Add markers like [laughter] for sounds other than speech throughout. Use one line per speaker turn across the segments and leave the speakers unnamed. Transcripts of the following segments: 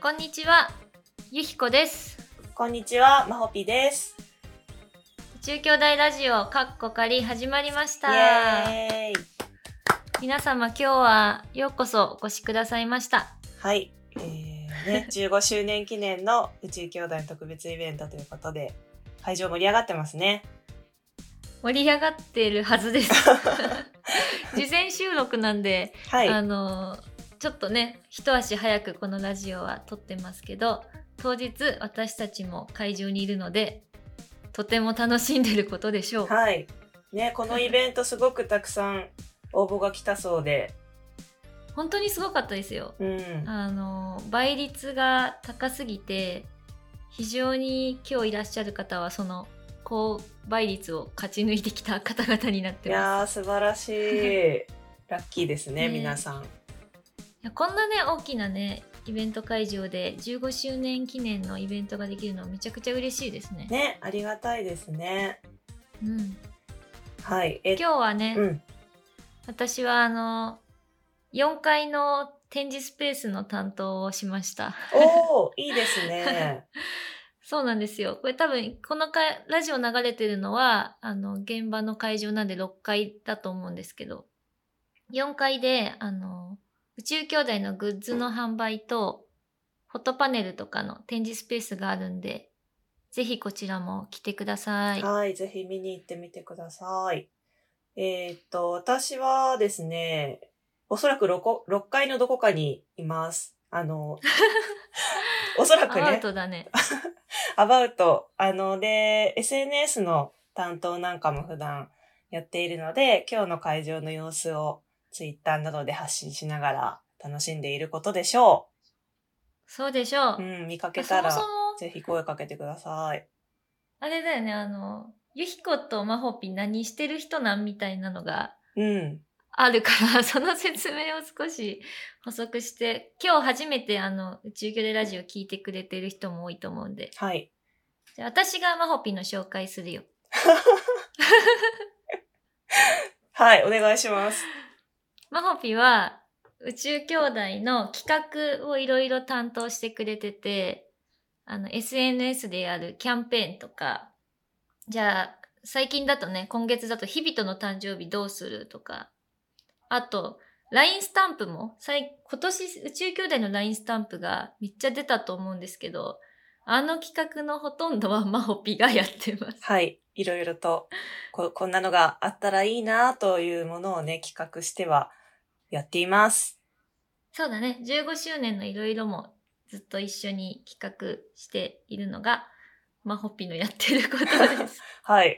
こんにちはゆひこです
こんにちは、まほぴです。
中京大ラジオかっこかり始まりまし
イ
た
エーイ。
皆様今日はようこそお越しくださいました
はい、え
[laughs]
ー、ね、15周年記念の宇宙兄弟の特別イベントということで、会場盛り上がってますね。
盛り上がってるはず
[laughs]
です事前収録なんで、
はい、
あのちょっとね一足早くこのラジオは撮ってますけど当日私たちも会場にいるのでとても楽しんでることでしょう
はい。ね、このイベントすごくたくさん応募が来たそうで、
本当にすごかったですよ
うん、
あの倍率が高すぎて非常に今日いらっしゃる方はその高倍率を勝ち抜いてきた方々になっ
い
てま
やー素晴らしい。
[laughs]
ラッキーです
ね
ね、皆さん。
すいやこんなね大きなねイベント会場で15周年記念のイベントができるのめちゃくちゃ嬉しいですね。
ね、ありがたいですね。
うん、
はい、えっと、
今日はね、
うん、
私はあの4階の展示スペースの担当をしました。
おー、いいで
[laughs]
すね。
そうなんですよ。これ多分、このかラジオ流れてるのは、あの、現場の会場なんで6階だと思うんですけど、4階で、あの、宇宙兄弟のグッズの販売と、フォトパネルとかの展示スペースがあるんで、ぜひこちらも来てください。
はい、ぜひ見に行ってみてください。えーっと、私はですね、おそらく 6, こ6階のどこかにいます。あ
[laughs]
の、おそらく
アウ
ね、
トだね。
アバウト。あの、で、SNS の担当なんかも普段やっているので、今日の会場の様子をツイッターなどで発信しながら楽しんでいることでしょ
そうでしょう
う。う。ん、見かけ
そ
た
も
ら
そも、
ぜひ声かけてください。
あれだよね、あの、ゆひことまほぴ何してる人なんみたいなのが、
うん。
あるから、 [laughs] その説明を少し補足して、今日初めてあの、宇宙魚でラジオ聞いてくれてる人も多いと思うんで、
はい。
じゃあ私がマホピの紹介するよ。
はい、お願いします。
マホピは、宇宙兄弟の企画をいろいろ担当してくれてて、あの、SNS でやるキャンペーンとか、じゃあ、最近だとね、今月だと、日々との誕生日どうするとか、あと、LINE スタンプも、最今年宇宙兄弟の LINE スタンプがめっちゃ出たと思うんですけど、あの企画のほとんどはマホピがやってます。
はい。いろいろとこ、こんなのがあったらいいなというものをね、企画してはやっています。
そうだね。15周年のいろいろもずっと一緒に企画しているのが、マホピのやってることです。
はい。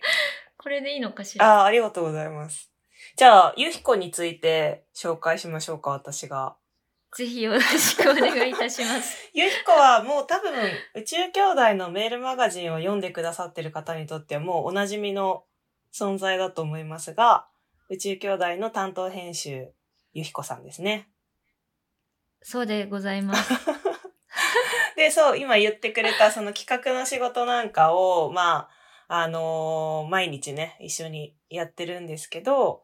これでいいのかしら。
ああ、ありがとうございます。じゃあ、ゆひこについて紹介しましょうか、私が。
ぜひよろしくお願いいたし
[laughs]
ます。
ゆひこはもう多分、宇宙兄弟のメールマガジンを読んでくださってる方にとってはもうおなじみの存在だと思いますが、宇宙兄弟の担当編集、ゆひこさんですね。
そうでございます。
で、そう、今言ってくれたその企画の仕事なんかを、まあ、あのー毎日ね、一緒にやってるんですけど、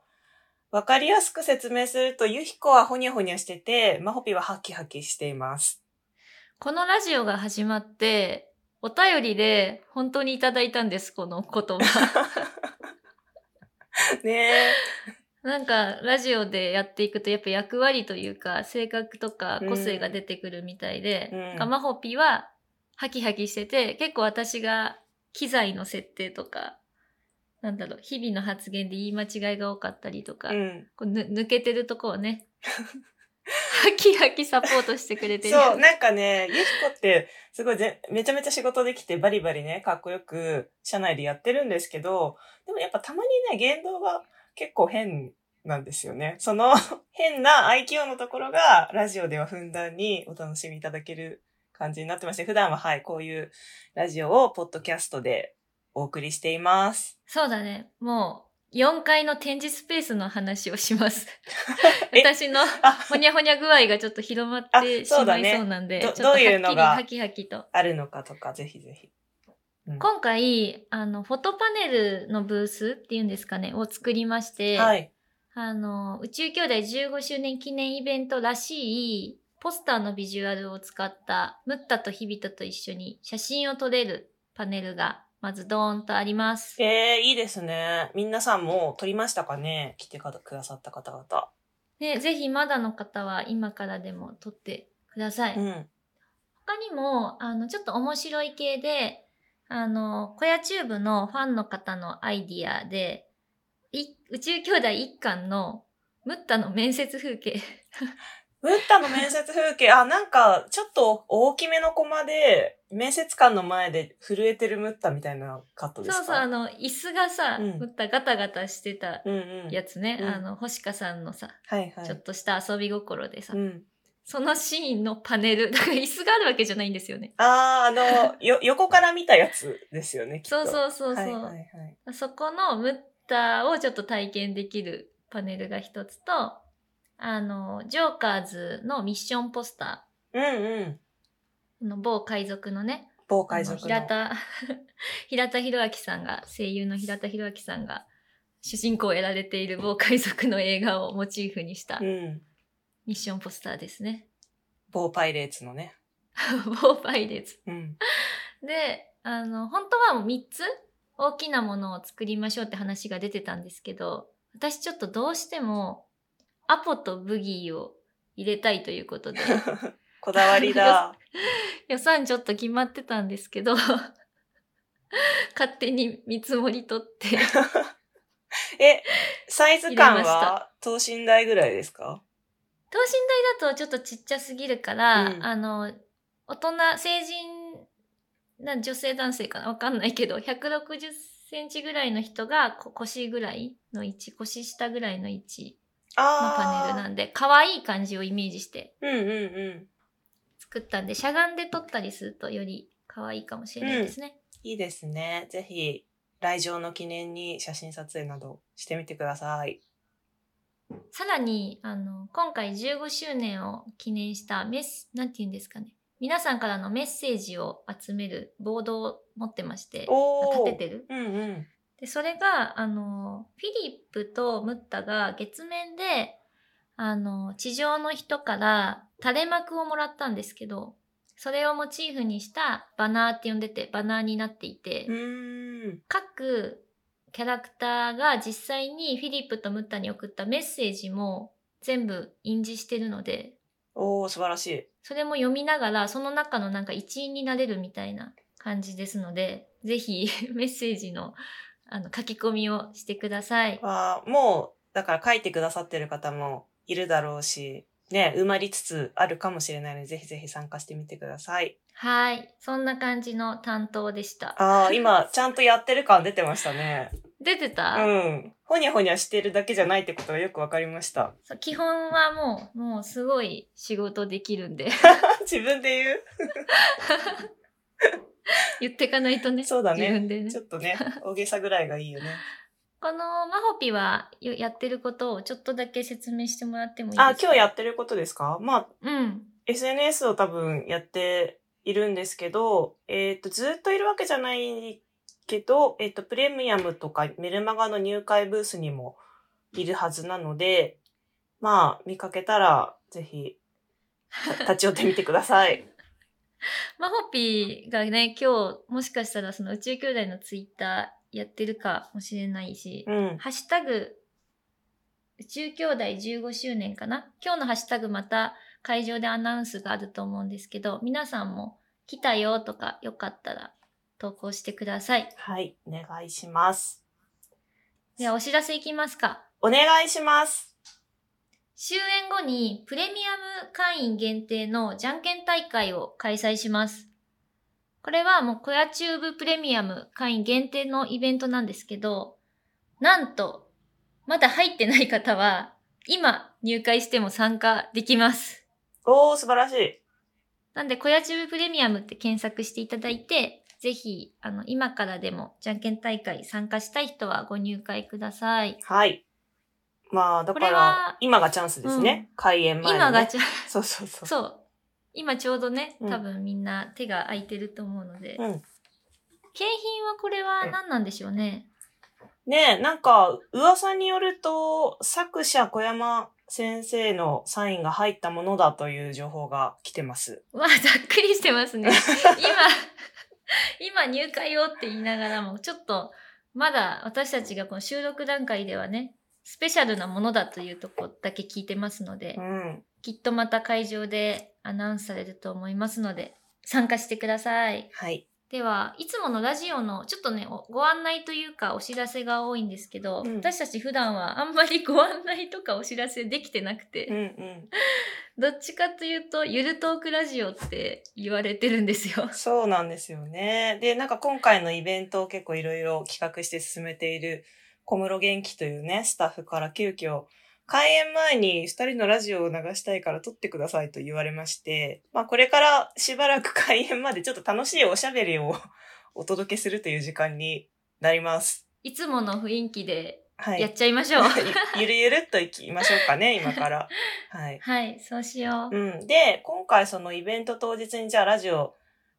わかりやすく説明すると、ゆひこはほにゃほにゃしてて、まほぴはハキハキしています。
このラジオが始まって、お便りで本当にいただいたんです、この言葉。
ね
なんか、ラジオでやっていくと、やっぱ役割というか、性格とか個性が出てくるみたいで、
うんうん
なんかマホピはハキハキしてて、結構私が機材の設定とか、なんだろう、日々の発言で言い間違いが多かったりとか、
え。うん。
こうぬ抜けてるとこをね、 [laughs] ハキハキサポートしてくれてる。
そう、なんかね、ゆひこって、すごいぜ、めちゃめちゃ仕事できて、バリバリね、かっこよく、社内でやってるんですけど、でもやっぱたまにね、言動が結構変なんですよね。その、 [laughs] 変な愛嬌のところが、ラジオではふんだんにお楽しみいただける感じになってまして、普段ははい、こういうラジオを、ポッドキャストでお送りしています。
[laughs] そうだね、もう、4階の展示スペースの話をします。
え
私の
あ、
ほにゃほにゃ具合がちょっと広まって
あ
し
そう
ま
だ
い
ね
そうなんで、
ど
ちょっとはっき
どういう
り
のが
ハキハキと。
あるのかとか、ぜひぜひ。うん
今回、あの、フォトパネルのブースっていうんですかね、を作りまして、
はい。
あの、宇宙兄弟15周年記念イベントらしいポスターのビジュアルを使ったムッタとヒビタと一緒に写真を撮れるパネルがまずドーンとあります。
えー、いいですね。みんなさんも撮りましたかね来てかくださった方々。
ね、ぜひまだの方は今からでも撮ってください。
うん。
他にも、あの、ちょっと面白い系で、あの、小屋チューブのファンの方のアイディアで、い宇宙兄弟一巻のムッタの面接風景。
ムッタの面接風景、あ、なんか、ちょっと大きめのコマで、面接官の前で震えてるムッタみたいなカットですか
そうそう、あの、椅子がさ、
うん
ムッタガタガタしてた
うんうん。
やつね。
うん
あの、星香さんのさ、
はいは
ちょっ
い。
とした遊び心でさ、
うん。
そのシーンのパネル、だから椅子があるわけじゃないんですよね。
あー、あの、よ、横から見たやつですよね、きっ
そ
と。
うそうそうそう。
はいはいはい。
そこのムッターをちょっと体験できるパネルが一つと、あの、ジョーカーズのミッションポスタ
うんうん。
ー、あの某海賊のね、
某海賊の。
あの平田、 [laughs] 平田博明さんが、声優の平田博明さんが、主人公を得られている某海賊の映画をモチーフにした
うん。
ミッションポスターですね。 [laughs]
某パイレーツのね。
某パイレーツ。
うん。
で、あの、本当はもう3つ大きなものを作りましょうって話が出てたんですけど、私ちょっとどうしても、アポとブギーを入れたいということで、
こだわり
[laughs]
だ。
予算ちょっと決まってたんですけど、 [laughs] 勝手に見積もり取って、
え、サイズ感
入れまし
は等身大ぐらいですか
等身大だとちょっとちっちゃすぎるから、
うん
あの、大人、成人、な女性男性かなわかんないけど、160センチぐらいの人がこ腰ぐらいの位置、腰下ぐらいの位置のパネルな
あ
んで、可愛い感じをイメージして
ー。うんうんうん。
作ったんで、しゃがんで撮ったりするとより可愛いかもしれないですね。
いいですね。ぜひ、来場の記念に写真撮影などしてみてください。
さらに、あの、今回15周年を記念したメッセ、なんて言うんですかね。皆さんからのメッセージを集めるボードを持ってまして、
おー
立ててる。
うんうん。
で、それが、あの、フィリップとムッタが月面で、あの、地上の人から垂れ幕をもらったんですけど、それをモチーフにしたバナーって呼んでて、バナーになっていて、
うーん。
各キャラクターが実際にフィリップとムッタに送ったメッセージも全部印字してるので、
おー、素晴らしい。
それも読みながら、その中のなんか一員になれるみたいな感じですので、ぜひ [laughs] メッセージのあの書き込みをしてください。
あーもう、だから書いてくださってる方もいるだろうし、ね、埋まりつつあるかもしれないので、ぜひぜひ参加してみてください。
はい。そんな感じの担当でした。
ああ、今、ちゃんとやってる感出てましたね。
出て
う
た、
ん。ほにゃほにゃしてるだけじゃないってことがよくわかりました。 [laughs]
そう基本はもう、もうすごい仕事できるんで、 [laughs]
自分で言う
言ってかないとね。
そうだね
自分でね
ちょ。っとね、大げさぐらいがいいよね。
このマホピはよやってることをちょっとだけ説明してもらってもいいですか
あ、今日やってることですかまあ、
うん。
SNS を多分やっているんですけど、えっ、と、ずっといるわけじゃないけど、えっ、と、プレミアムとかメルマガの入会ブースにもいるはずなので、まあ、見かけたら、ぜひ、た
[laughs]
立ち寄ってみてください。
マホピがね、今日もしかしたらその宇宙兄弟のツイッターやってるかもしれないし、
うん。
ハッシュタグ、宇宙兄弟15周年かな今日のハッシュタグまた会場でアナウンスがあると思うんですけど、皆さんも来たよとかよかったら投稿してください。
はい、お願いします。
ではお知らせいきますか。
お願いします。
終演後にプレミアム会員限定のじゃんけん大会を開催します。これはもう小屋チューブプレミアム会員限定のイベントなんですけど、なんと、まだ入ってない方は、今入会しても参加できます。
おー、素晴らしい。
なんで、小屋チューブプレミアムって検索していただいて、ぜひ、あの、今からでもじゃんけん大会参加したい人はご入会ください。
はい。まあ、だか
これ
ら
は、
今がチャンスですね。開演前の、ね。
今がちゃ、
そうそうそう。
そう。今ちょうどね
う、ん
多分みんな手が空いてると思うので。
うん。
景品はこれは何なんでしょうね。
ねえ、なんか、噂によると、作者小山先生のサインが入ったものだという情報が来てます。
わあ、ざっくりしてます
[laughs]
ね。今、今入会をって言いながらも、ちょっと、まだ私たちがこの収録段階ではね、スペシャルなものだというとこだけ聞いてますので
う、ん。
きっとまた会場でアナウンスされると思いますので、参加してください。
はい。
では、いつものラジオのちょっとね、おご案内というかお知らせが多いんですけど、
うん
私たち普段はあんまりご案内とかお知らせできてなくて、
うんうん。
どっちかというと、ゆるトークラジオって言われてるんですよ。 [laughs]
そうなんですよね。で、なんか今回のイベントを結構いろいろ企画して進めている小室元気というね、スタッフから急遽、開演前に二人のラジオを流したいから撮ってくださいと言われまして、まあこれからしばらく開演までちょっと楽しいおしゃべりをお届けするという時間になります。
いつもの雰囲気で
はい。
やっちゃいましょう。はい、
ゆるゆるっといきましょうかね、今から。はい。
そうしよう。
うん。で、今回そのイベント当日にじゃあラジオ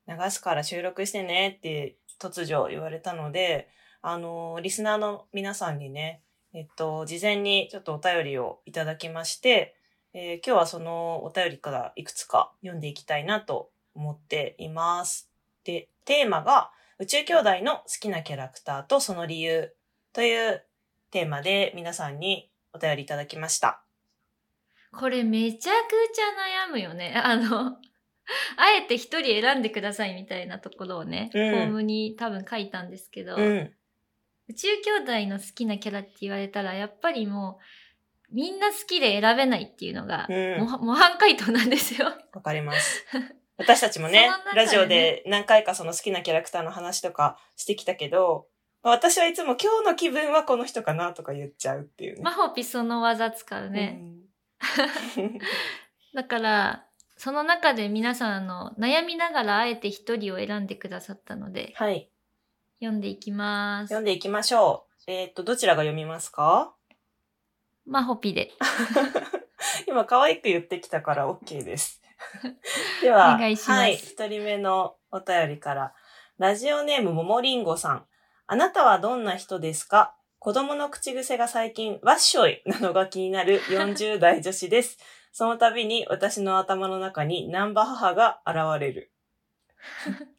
流すから収録してねって突如言われたので、あのリスナーの皆さんにね、えっと、事前にちょっとお便りをいただきまして、えー今日はそのお便りからいくつか読んでいきたいなと思っています。で、テーマが宇宙兄弟の好きなキャラクターとその理由というテーマで皆さんにお便りいただきました。
これめちゃくちゃ悩むよね。 [laughs] あの、あえて一人選んでくださいみたいなところをね、
うん
フォームに多分書いたんですけど、
うん。
宇宙兄弟の好きなキャラって言われたら、やっぱりもう、みんな好きで選べないっていうのが、
うん
模範模範回答なんですよ。
わか
[laughs]
ります。私たちもね
その中でね
ラジオで何回かその好きなキャラクターの話とかしてきたけど、まあ私はいつも今日の気分はこの人かなとか言っちゃうっていうね。
マホピその技使うね。
うん。 [laughs]
だから、その中で皆さんあの悩みながらあえて一人を選んでくださったので、
はい。
読んでいきます
読。んでいきましょう。えっ、と、どちらが読みますか
マホピで。
[laughs] 今可愛く言ってきたから
[laughs]
OK です。で
お
は、
願いします
はい、一人目のお便りから。ラジオネームももりんごさん。あなたはどんな人ですか子供の口癖が最近、わっしょいなのが気になる40代女
[laughs]
子です。その度に私の頭の中に南波母が現れ
[laughs]
る。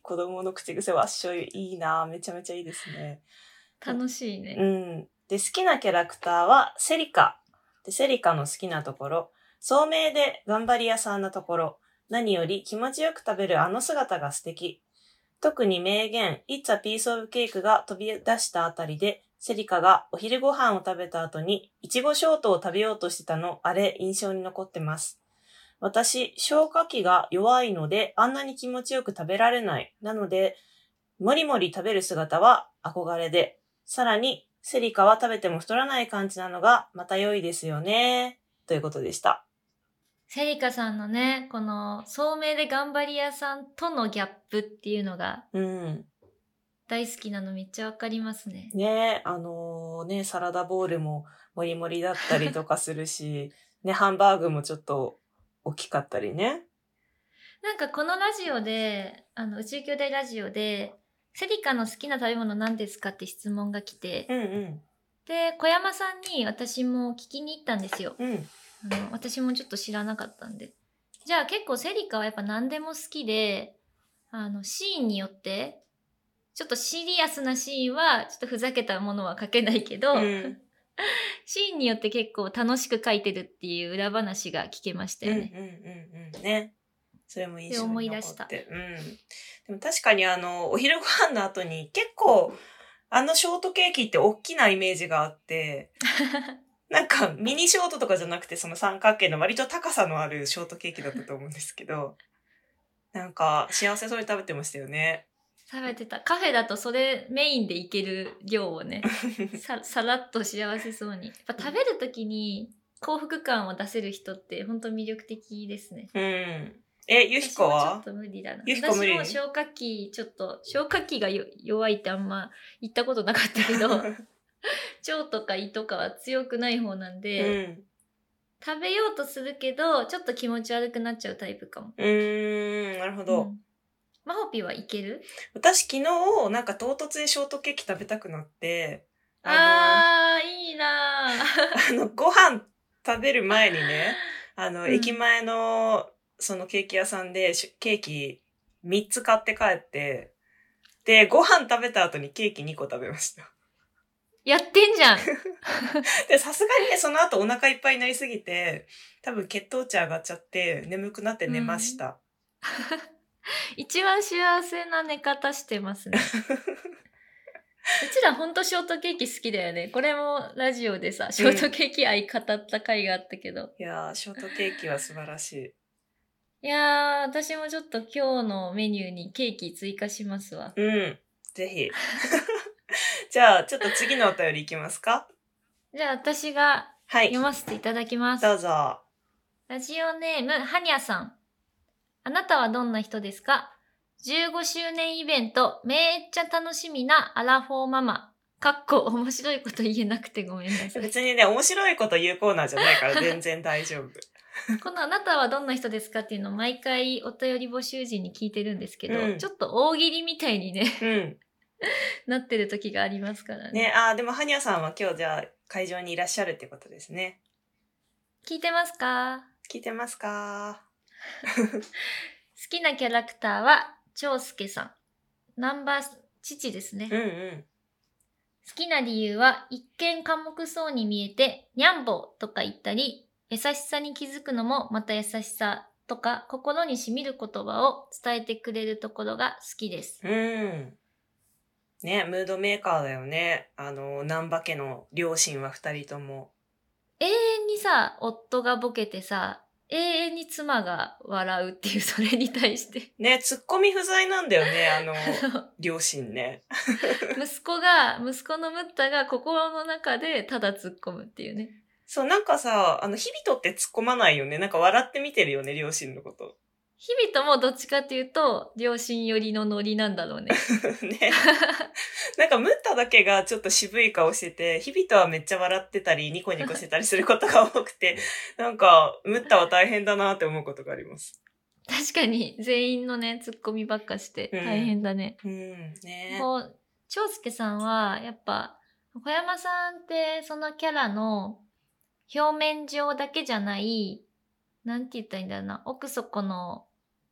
子供の口癖わっしょいいいなぁめちゃめちゃいいですね。
楽しいうね。
ん。で、好きなキャラクターはセリカ。で、セリカの好きなところ、聡明で頑張り屋さんなところ、何より気持ちよく食べるあの姿が素敵。特に名言、It's a piece of cake が飛び出したあたりで、セリカがお昼ご飯を食べた後に、いちごショートを食べようとしてたの、あれ、印象に残ってます。私、消化器が弱いので、あんなに気持ちよく食べられない。なので、もりもり食べる姿は憧れで、さらに、セリカは食べても太らない感じなのが、また良いですよね。ということでした。
セリカさんのね、この、聡明で頑張り屋さんとのギャップっていうのが
うん。
大好きなのめっちゃわかりますね。
ねえ、あのーね、サラダボウルももりもりだったりとかするし、ね、ハンバーグもちょっと大きかったりね。
なんかこのラジオで、あの、宇宙兄弟ラジオで、セリカの好きな食べ物何ですかって質問が来て、
うんうん。
で、小山さんに私も聞きに行ったんですよ。
うん。
あの私もちょっと知らなかったんでじゃあ結構セリカはやっぱ何でも好きであのシーンによってちょっとシリアスなシーンはちょっとふざけたものは書けないけど、
うん
シーンによって結構楽しく書いてるっていう裏話が聞けました
うん
よ
うん
ね。
うんうん。ね。それも印象に残っ
で
て
思い出した
うん。でも確かにあの、お昼ご飯の後に結構、あのショートケーキって大きなイメージがあって、
[laughs]
なんかミニショートとかじゃなくてその三角形の割と高さのあるショートケーキだったと思うんですけど、なんか幸せそうに食べてましたよね。
食べてたカフェだとそれメインでいける量を
[laughs]
ねささらっと幸せそうにやっぱ食べる時に幸福感を出せる人って本当魅力的ですね。
うん。え、ゆひこ
私もちょ
は
っと無理だな。
ゆきこ無理
私も消化器、ちょっと、消化器がよ弱いってあんま言ったことなかった
[laughs]
けど、腸とか胃とかは強くない方なん
う
で、
ん。
食べようとするけど、ちょっと気持ち悪くなっちゃうタイプかも。
[laughs] うーん、なるほど。
んマホピはいける
私昨日、なんか唐突にショートケーキ食べたくなって、の
あー、いいなー。 [laughs]
あの、ご飯食べる前にね、あの、
うん
駅前の、そのケーキ屋さんでし、ケーキ3つ買って帰って、で、ご飯食べた後にケーキ2個食べました。 [laughs]
やってんじゃん。
で、さすがにね、その後お腹いっぱいになりすぎて、多分血糖値上がっちゃって、眠くなって寝ました。
一番幸せな寝方してます
[laughs]
ね。うちらほんとショートケーキ好きだよね。これもラジオでさ、ショートケーキ愛語った回があったけど。
いやー、ショートケーキは素晴らしい。
いやー、私もちょっと今日のメニューにケーキ追加しますわ。
うん、ぜひ。 [laughs] じゃあ、ちょっと次のお便りいきますか。
じゃあ私が
はい
読、ませていただきます。
どうぞ。
ラジオネーム、はにゃさん。あなたはどんな人ですか ?15 周年イベント、めっちゃ楽しみなアラフォーママ。かっこ、面白いこと言えなくてごめんなさい。
別にね、面白いこと言うコーナーじゃな
[laughs]
いから全然大丈夫。 [laughs]
このあなたはどんな人ですかっていうのを毎回お便り募集時に聞いてるんですけど、
うん
ちょっと大喜利みたいにね、 [laughs]
うん。
なってる時がありますからね。
ね、あーでも、はにゃさんは今日じゃあ会場にいらっしゃるってことですね。
聞いてますか
聞いてますか
好きなキャラクターは、長介さん。ナンバー、父ですね。
うんうん。
好きな理由は一見寡黙そうに見えて、にゃんぼとか言ったり、優しさに気づくのもまた優しさとか心にしみる言葉を伝えてくれるところが好きです。
うん。ね、ムードメーカーだよね。あの、難波家の両親は二人とも。
永遠にさ、夫がボケてさ、永遠に妻が笑うっていうそれに対
[laughs]
して、
ね、ツッコミ不在なんだ
[laughs]
よね、あの、
あの
両親ね。
息子が、息子のムッタが心の中でただ突っ込むっていうね。
そう、なんかさ、あの、日々とって突っ込まないよね。なんか笑って見てるよね、両親のこと。
日々ともどっちかっていうと、両親寄りのノリなんだろうね。
[laughs] ね。なんか、ムッタだけがちょっと渋い顔してて、日々とはめっちゃ笑ってたり、ニコニコしてたりすることが多
[laughs]
くて、なんか、ムッタは大変だなって思うことがあります。
確かに全員のねツッコミばっかして
うん
大変だね。
うん、ね。
こう長介さんはやっぱ小山さんってそのキャラの表面上だけじゃないなんて言ったらいいんだろうな奥底の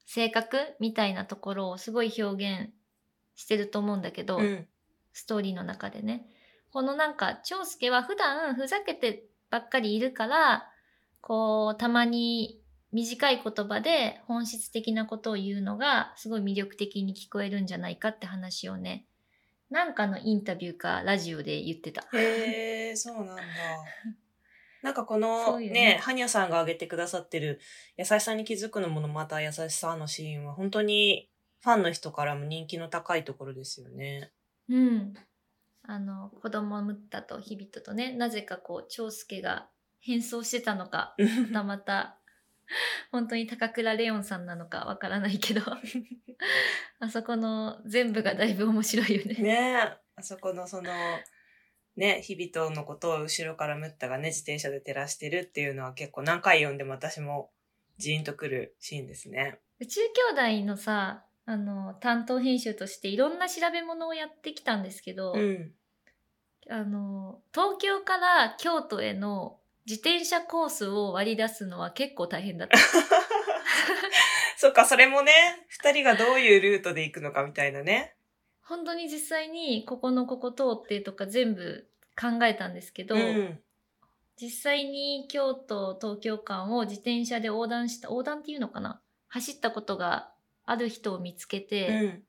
性格みたいなところをすごい表現してると思うんだけど、
うん、
ストーリーの中でね。このなんか、長介は普段ふざけてばっかりいるから、こう、たまに短い言葉で本質的なことを言うのが、すごい魅力的に聞こえるんじゃないかって話をね、なんかのインタビューかラジオで言ってた。
へえ、そうなんだ。なんかこ
そ
の
うよ
ね、
ね
ハニャさんが挙げてくださってる優しさに気づくのものまた優しさのシーンは本当にファンの人からも人気の高いところですよね。
うん。あの、子供ムッタとヒビトとね、なぜかこう、長介が変装してたのか、またま
[laughs]
た、本当に高倉レオンさんなのかわからないけ
[laughs]
ど、あそこの全部がだいぶ面白いよね。
ねえ、あそこのその、ね、日々とのことを後ろからムッタがね、自転車で照らしてるっていうのは結構何回読んでも私もジーンとくるシーンですね。
宇宙兄弟のさ、あの、担当編集としていろんな調べ物をやってきたんですけど、
うん。
あの、東京から京都への自転車コースを割り出すのは結構大変だった。
そっか、それもね、二人がどういうルートで行くのかみたいなね。
本当に実際にここのここ通ってとか全部考えたんですけど、
ん。
実際に京都東京間を自転車で横断した横断っていうのかな走ったことがある人を見つけて、
うん。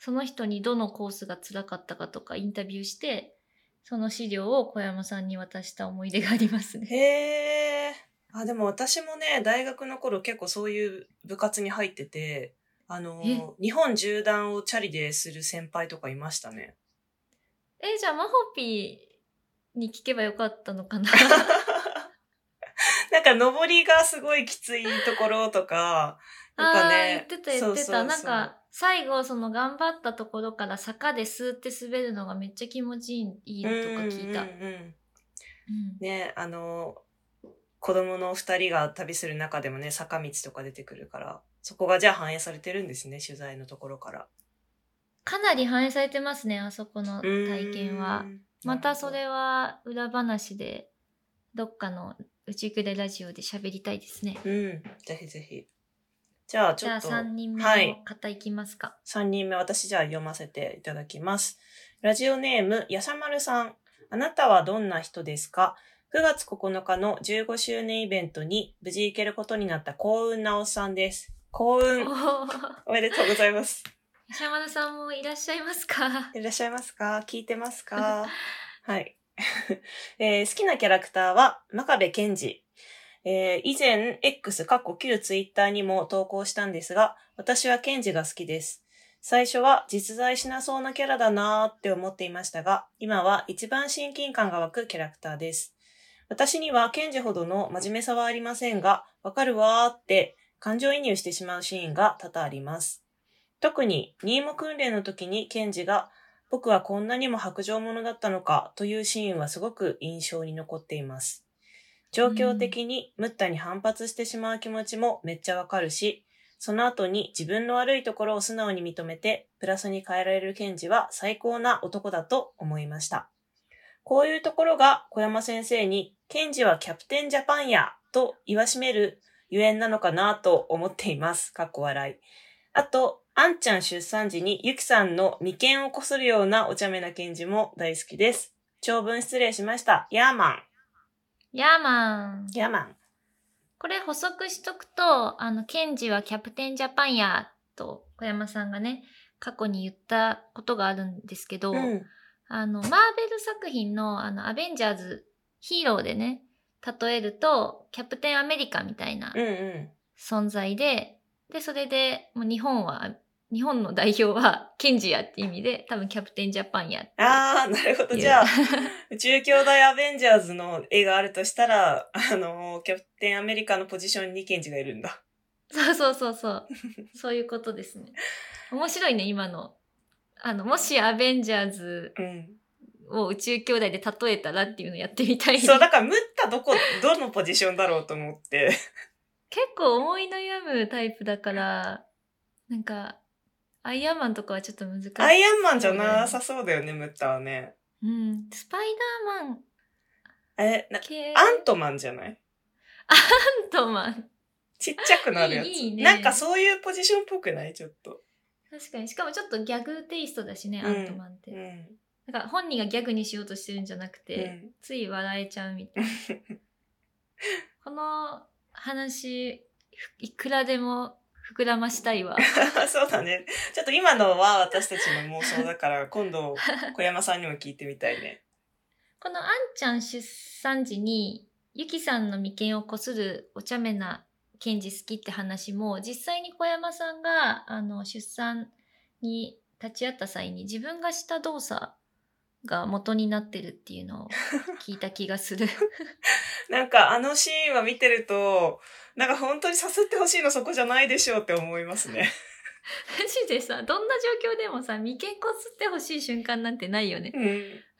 その人にどのコースが辛かったかとかインタビューしてその資料を小山さんに渡した思い出があります
[laughs]
ね。
へえ。あ、でも私もね、大学の頃結構そういう部活に入ってて、あの、日本縦断をチャリでする先輩とかいましたね。
えじゃあマホピーに聞けばよかったのかな
なんか登りがすごいきついところとか、やっ
あ
ぱ
あー
ね
言ってた言ってた
そうそうそう
なんか最後その頑張ったところから坂でスーって滑るのがめっちゃ気持ちいいとか聞いた。
うんうんうん
うん
ね、あの、子供の二人が旅する中でもね、坂道とか出てくるから、そこがじゃあ反映されてるんですね、取材のところから。
かなり反映されてますねあそこの体験は
う。ん。
またそれは裏話でどっかの宇宙兄弟ラジオで喋りたいですね。
うん。ぜひぜひ。じゃあ、ち
じゃ
ょ
あ
っと。
3人目
はい
の方いきますか。
3人目、私じゃあ読ませていただきます。ラジオネーム、やさまるさん。あなたはどんな人ですか ?9 月9日の15周年イベントに無事行けることになった幸運なおっさんです。幸
お
運、
お、
おめでとうございます。
シャマルさんもいらっしゃいますか。
いらっしゃいますか聞いてますかはい、 [laughs] えー好きなキャラクターは、真壁健二。えー以前、X、過去旧ツイッターにも投稿したんですが、私は健二が好きです。最初は実在しなそうなキャラだなーって思っていましたが、今は一番親近感が湧くキャラクターです。私には健二ほどの真面目さはありませんが、わかるわーって感情移入してしまうシーンが多々あります。特に、任務訓練の時に健二が僕はこんなにも白状者だったのかというシーンはすごく印象に残っています。状況的にムッタに反発してしまう気持ちもめっちゃわかるし、その後に自分の悪いところを素直に認めて、プラスに変えられるケンジは最高な男だと思いました。こういうところが小山先生に、ケンジはキャプテンジャパンやと言わしめるゆえんなのかなと思っています。かっこ笑い。あと、あんちゃん出産時にゆきさんの眉間をこするようなお茶目な検事も大好きです。長文失礼しました。ヤーマン。
ヤーマン。
ヤーマン。
これ補足しとくと、あの、ケンジはキャプテンジャパンや、と小山さんがね、過去に言ったことがあるんですけど、
うん。
あの、マーベル作品の、あの、アベンジャーズヒーローでね、例えると、キャプテンアメリカみたいな
うんう
存在で、で、それで、もう日本は、日本の代表は、ケンジやって意味で、多分キャプテンジャパンやってい
ん。
う。
あー、なるほど。
[laughs]
じゃあ、宇宙兄弟アベンジャーズの絵があるとしたら、あのーキャプテンアメリカのポジションに検事がいるんだ。
そうそうそうそう。そういうことですね。面白いね、今の。あの、もしアベンジャーズ
うん。
を宇宙兄弟で例えたらっていうのやってみたいね。
そう、だから、ムッタどこ、どのポジションだろうと思って。
結構思い悩むタイプだから、なんか、アイアンマンとかはちょっと難しい。
アイアンマンじゃなさそうだよね、ムッタはね。
うん。スパイダーマン
え、な
系。
アントマンじゃない
アントマン。
ちっちゃくなるやつ。
いいいいね
なんかそういうポジションっぽくないちょっと。
確かに。しかもちょっとギャグテイストだしね、
う
ア
ん
ントマンって。
うん。
なんか本人がギャグにしようとしてるんじゃなく
う
て、
ん。
つい笑えちゃうみたいな。この話、いくらでも膨らましたいわ。
[laughs] そうだね。ちょっと今のは私たちの妄想
[laughs]
だから、今度、小山さんにも聞いてみたいね。
このあんちゃん出産時にゆきさんの眉間をこするお茶目なケンジ好きって話も実際に小山さんがあの出産に立ち会った際に自分がした動作が元になってるっていうのを聞いた気がする。
なんかあのシーンは見てると、なんか本当にさすってほしいのそこじゃないでしょうって思いますね。
マジでさどんな状況でもさ眉間こすってほしい瞬間なんてないよね。
うん。 [laughs]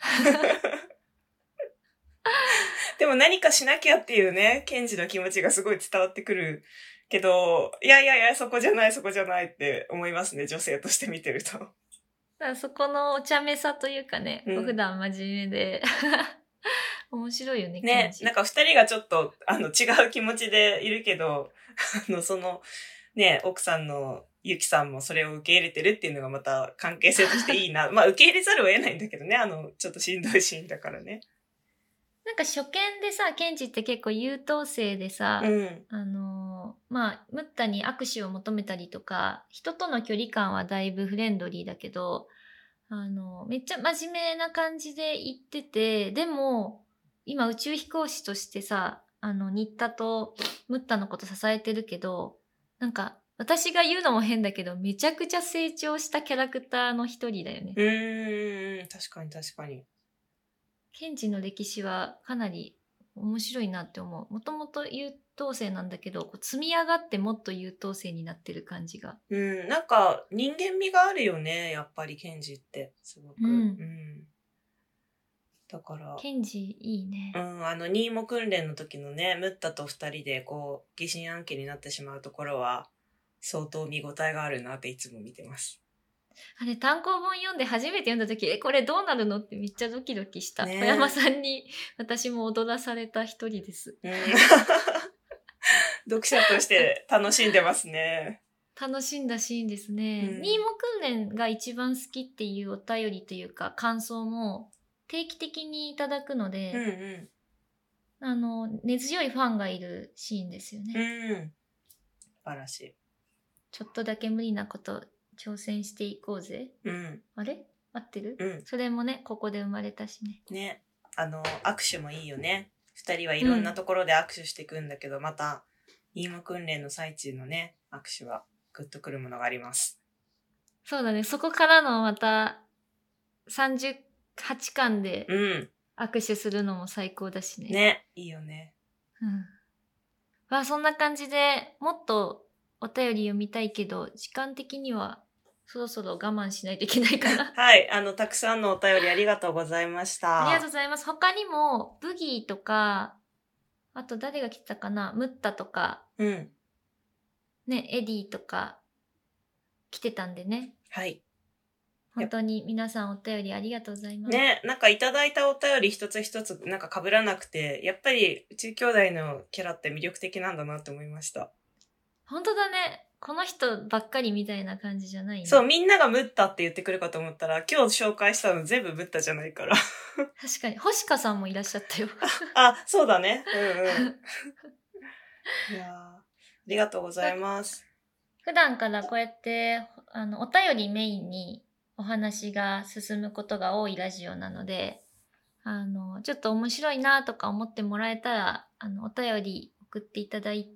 でも何かしなきゃっていうね、ケンジの気持ちがすごい伝わってくるけど、いやいやいや、そこじゃない、そこじゃないって思いますね、女性として見てると。
だからそこのお茶目さというかね、
うん
普段真面目で [laughs] 面白いよねケン
ね、
ジ
なんか二人がちょっと、あの、違う気持ちでいるけど、あの、その、ね、奥さんのゆきさんもそれを受け入れてるっていうのがまた関係性としていい
[laughs]
な。まあ、受け入れざるを得ないんだけどね、あの、ちょっとしんどいシーンだからね。
なんか初見でさケンジって結構優等生でさ、
うん。
あのーまあムッタに握手を求めたりとか人との距離感はだいぶフレンドリーだけど、あのーめっちゃ真面目な感じで言っててでも今宇宙飛行士としてさあの新田とムッタのこと支えてるけどなんか私が言うのも変だけどめちゃくちゃ成長したキャラクターの一人だよね
う。ーん、確かに確かに。
ケンジの歴史はかなり面白いなって思う。もともと優等生なんだけど、こう積み上がってもっと優等生になってる感じが。
うん、なんか人間味があるよね、やっぱりケンジって、すごく。
うん
だから、
ケンジいいね
う。ん、あの、ニーモ訓練の時のね、ムッタと二人でこう、疑心暗鬼になってしまうところは、相当見応えがあるなっていつも見てます。
あれ単行本読んで初めて読んだ時えこれどうなるのってめっちゃドキドキした、
ねえ
小山さんに私も踊らされた一人です
うん [laughs] 読者として楽しんでますね。
楽しんだシーンですね、
うん
ニーモ訓練が一番好きっていうお便りというか感想も定期的にいただくので、
うんう
あの根強いファンがいるシーンですよね、
ん。うん。素晴らしい。
ちょっとだけ無理なこと挑戦していこうぜ
うん。
あれ合ってる、
うん。
それもねここで生まれたしね
ね。あの、握手もいいよね。二人はいろんなところで握手していくんだけど、また、イーモ訓練の最中のね、握手はグッとくるものがあります。
そうだねそこからのまた38巻で
うん。
握手するのも最高だしね。
ね。いいよね。
うん。まあそんな感じでもっとお便り読みたいけど時間的にはそろそろ我慢しないといけないか
[laughs]
ら。
はい。あの、たくさんのお便りありがとうございまし
あ
た。
りがとうございます。他にもブギーとかあと誰が来てたかなムッタとか
うん。
ねエディとか来てたんでね
はい。
本当に皆さんお便りありがとうございます。
ね、なんかいただいたお便り一つ一つなんか被らなくて、やっぱり宇宙兄弟のキャラって魅力的なんだなって思いました。
本当だね。この人ばっかりみたいな感じじゃないね
そう、みんながムッタって言ってくるかと思ったら、今日紹介したの全部ムッタじゃな
[laughs]
いから。
確かに。星香さんもいらっしゃ
[laughs]
ったよ。
あ、そうだね。
[laughs]
うんうん。いやーありがとうございます。
普段からこうやって、あの、お便りメインにお話が進むことが多いラジオなので、あの、ちょっと面白いなとか思ってもらえたら、あの、お便り送っていただい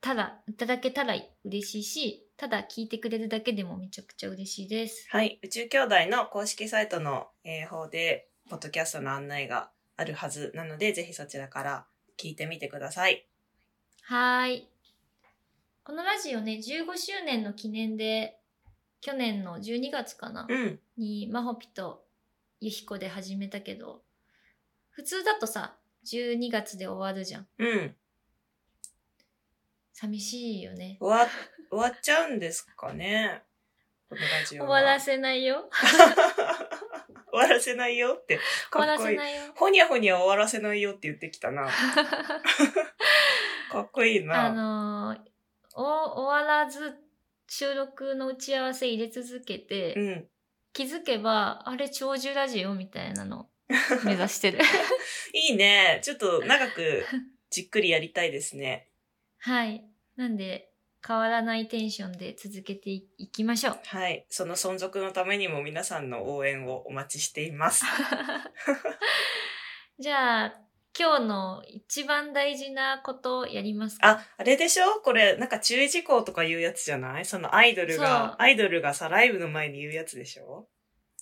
たら、いただけたら嬉しいし、ただ聞いてくれるだけでもめちゃくちゃ嬉しいです。
はい、宇宙兄弟の公式サイトの、えー方で、ポッドキャストの案内があるはずなので、ぜひそちらから聞いてみてください。
はーい。このラジオね、15周年の記念で、去年の12月かな、
うん。
にマホピとユヒコで始めたけど普通だとさ12月で終わるじゃん
うん。
寂しいよね
終わ、終わっちゃうんですかねこのラジ
終
オは。
わらせないよ
終わらせないよって。
終
か
わ
っ
ら
こ
せ
いい。
ないよ
ほにゃほにゃ終わらせないよって言って
[laughs]
きたな。かっこいい
あの
な。
ーお終わらず収録の打ち合わせ入れ続けて、
うん。
気づけばあれ長寿ラジオみたいなの目指
[laughs]
してる
いいね。ちょっと長くじっくりやりたいですね。
はいなんで変わらないテンションで続けていいきましょう
はい。その存続のためにも皆さんの応援をお待ちしています。
じゃあ今日の一番大事なことをやりますか
あ、あれでしょこれ、なんか注意事項とか言うやつじゃないそのアイドル
そう
が、アイドルがさ、ライブの前に言うやつでしょ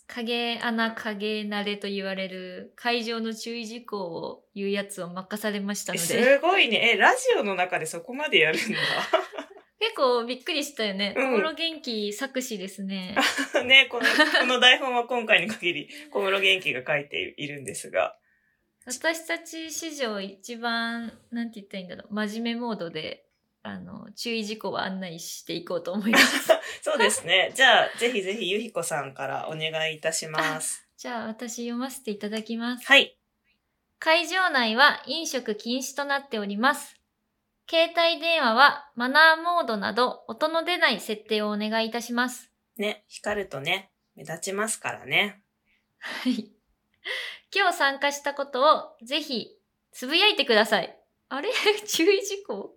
影穴影慣れと言われる会場の注意事項を言うやつを任されました
え
の
す
で
ごいね。え、ラジオの中でそこまでやるんだ。
結構びっくりしたよね
うん
小室元気作詞ですね
[laughs] ね、
[laughs]
この、この台本は今回に限り、小室元気が書いているんですが。
私たち史上一番なんて言ったらいいんだろう真面目モードであの注意事項を案内していこうと思います
[laughs] そうで
[laughs]
すね。じゃあ、ぜひぜひ、ゆひこさんからお願いいたします。
[laughs] じゃあ私読ませていただきます
はい。
会場内は飲食禁止となっております。携帯電話はマナーモードなど音の出ない設定をお願いいたします。
ね、光るとね、目立ちますからね。
はい。今日参加したことをぜひつぶやいてください。あれ [laughs] 注意事 [laughs] 項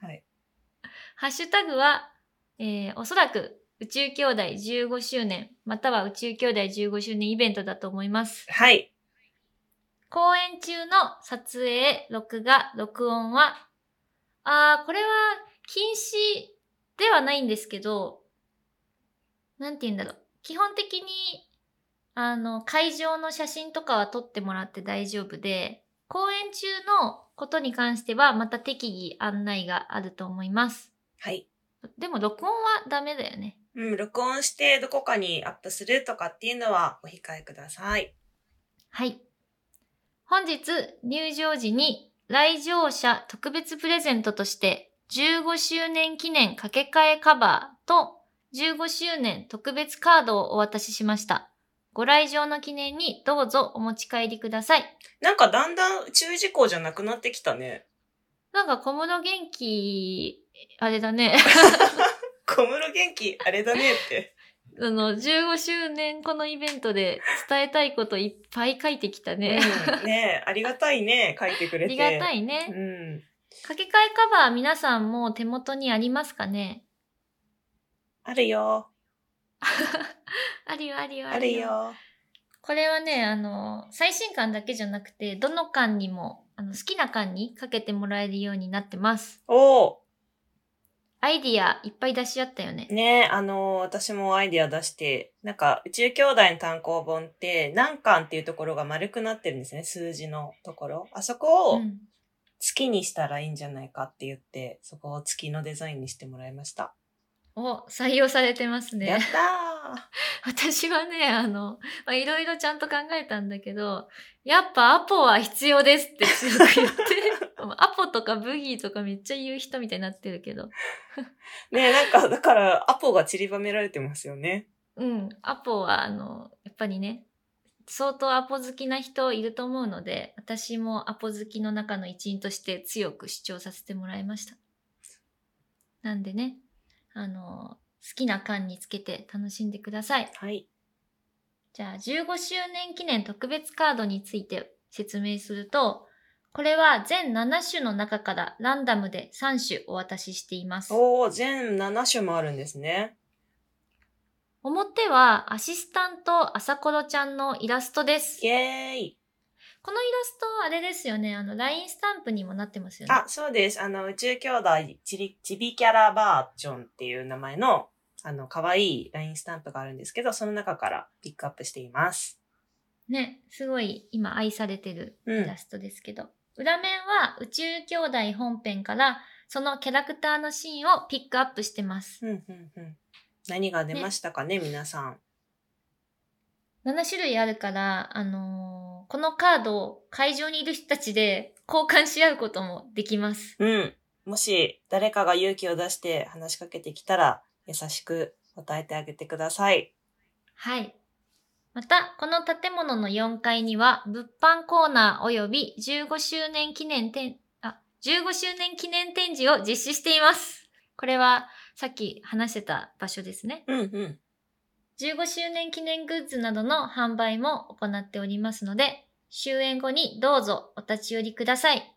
はい。
ハッシュタグは、えーおそらく宇宙兄弟15周年、または宇宙兄弟15周年イベントだと思います。
はい。
公演中の撮影、録画、録音は、あー、これは禁止ではないんですけど、なんて言うんだろう。基本的に、あの、会場の写真とかは撮ってもらって大丈夫で、公演中のことに関してはまた適宜案内があると思います。
はい。
でも録音はダメだよね。
うん、録音してどこかにアップするとかっていうのはお控えください。
はい。本日入場時に来場者特別プレゼントとして15周年記念掛け替えカバーと15周年特別カードをお渡ししました。ご来場の記念にどうぞお持ち帰りください。
なんかだんだん注意事項じゃなくなってきたね。
なんか小室元気、あれだね。 [laughs]
小室元気、あれだねって。
あの、15周年このイベントで伝えたいこといっぱい書いてきたね。
うんねえありがたいね、書いてく
あ
れて。
りがた
い。
いね。
うん。
掛け替えカバー皆さんも手元にありますかね
あるよ、
あるよあるよ
ある。よ。
これはね、あの、最新刊だけじゃなくて、どの巻にも、あの好きな巻にかけてもらえるようになってます。
おお
アイディアいっぱい出し合ったよね。
ねえ、あのー私もアイディア出して、なんか、宇宙兄弟の単行本って、何巻っていうところが丸くなってるんですね、数字のところ。あそこ
う
を
ん。
月にしたらいいんじゃないかって言って、そこを月のデザインにしてもらいました。
お、採用されてますね。
やった
[laughs] 私はね、あの、まあ、いろいろちゃんと考えたんだけど、やっぱアポは必要ですって強く言って、アポとかブギーとかめっちゃ言う人みたいになってるけど、
ーねえ、なんか、だから、アポが散りばめられてますよね。
うん、アポはあの、やっぱりね、相当アポ好きな人いると思うので、私もアポ好きの中の一員として強く主張させてもらいました。なんでね、あの、好きな缶につけて楽しんでください。
はい。
じゃあ、15周年記念特別カードについて説明すると、これは全7種の中からランダムで3種お渡ししています。
おお全7種もあるんですね。
表はアシスタント朝ころちゃんのイラストです
イ。エーイ
このイラスト、あれですよね。あの、LINE スタンプにもなってますよね。
あ、そうです。あの、宇宙兄弟ちりちびキャラバージョンっていう名前の、あの、可愛い LINE スタンプがあるんですけど、その中からピックアップしています。
ね、すごい今愛されてる
う
イラ
ん。
ストですけど、裏面は宇宙兄弟本編からそのキャラクターのシーンをピックアップしてます。
うん、うん、うん。何が出ましたかね、皆さん。
7種類あるから、あのーこのカードを会場にいる人たちで交換し合うこともできます。
うん。もし、誰かが勇気を出して話しかけてきたら、優しく答えてあげてください。
はい。また、この建物の4階には、物販コーナー及び15周年記念展、あ、15周年記念展示を実施しています。これは、さっき話してた場所ですね。
うん、うん。
15周年記念グッズなどの販売も行っておりますので、終演後にどうぞお立ち寄りください。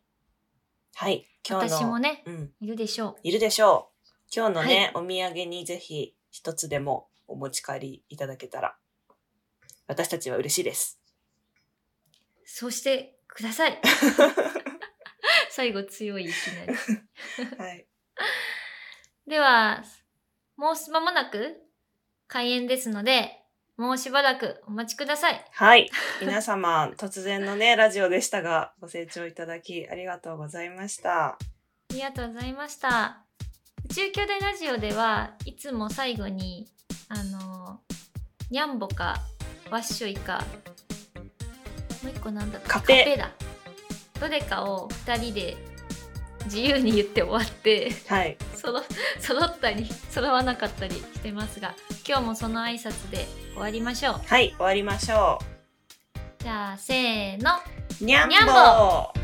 はい。今日の。
私もね、
うん。
いるでしょう。
いるでしょう。今日のね、お土産にぜひ一つでもお持ち帰りいただけたら、私たちは嬉しいです。
そうしてくださ
[laughs]
い。最後強いいきなり。
はい。
では、もう間もなく開演ですので、もうしばらくお待ちください。
はい。皆様、突然のね、ラジオでしたが、ご清聴いただきありがとうございました。
ありがとうございました。宇宙兄弟ラジオではいつも最後に、あの、にゃんぼか、わっしょいか、もう一個なんだった
カペ
だ。どれかを二人で自由に言って終わって、 [laughs]
はい。
そろ揃ったり揃わなかったりしてますが今日もその挨拶で終わりましょう
はい、終わりましょ
じゃあせーの
う。にゃんぼ
にゃん
ー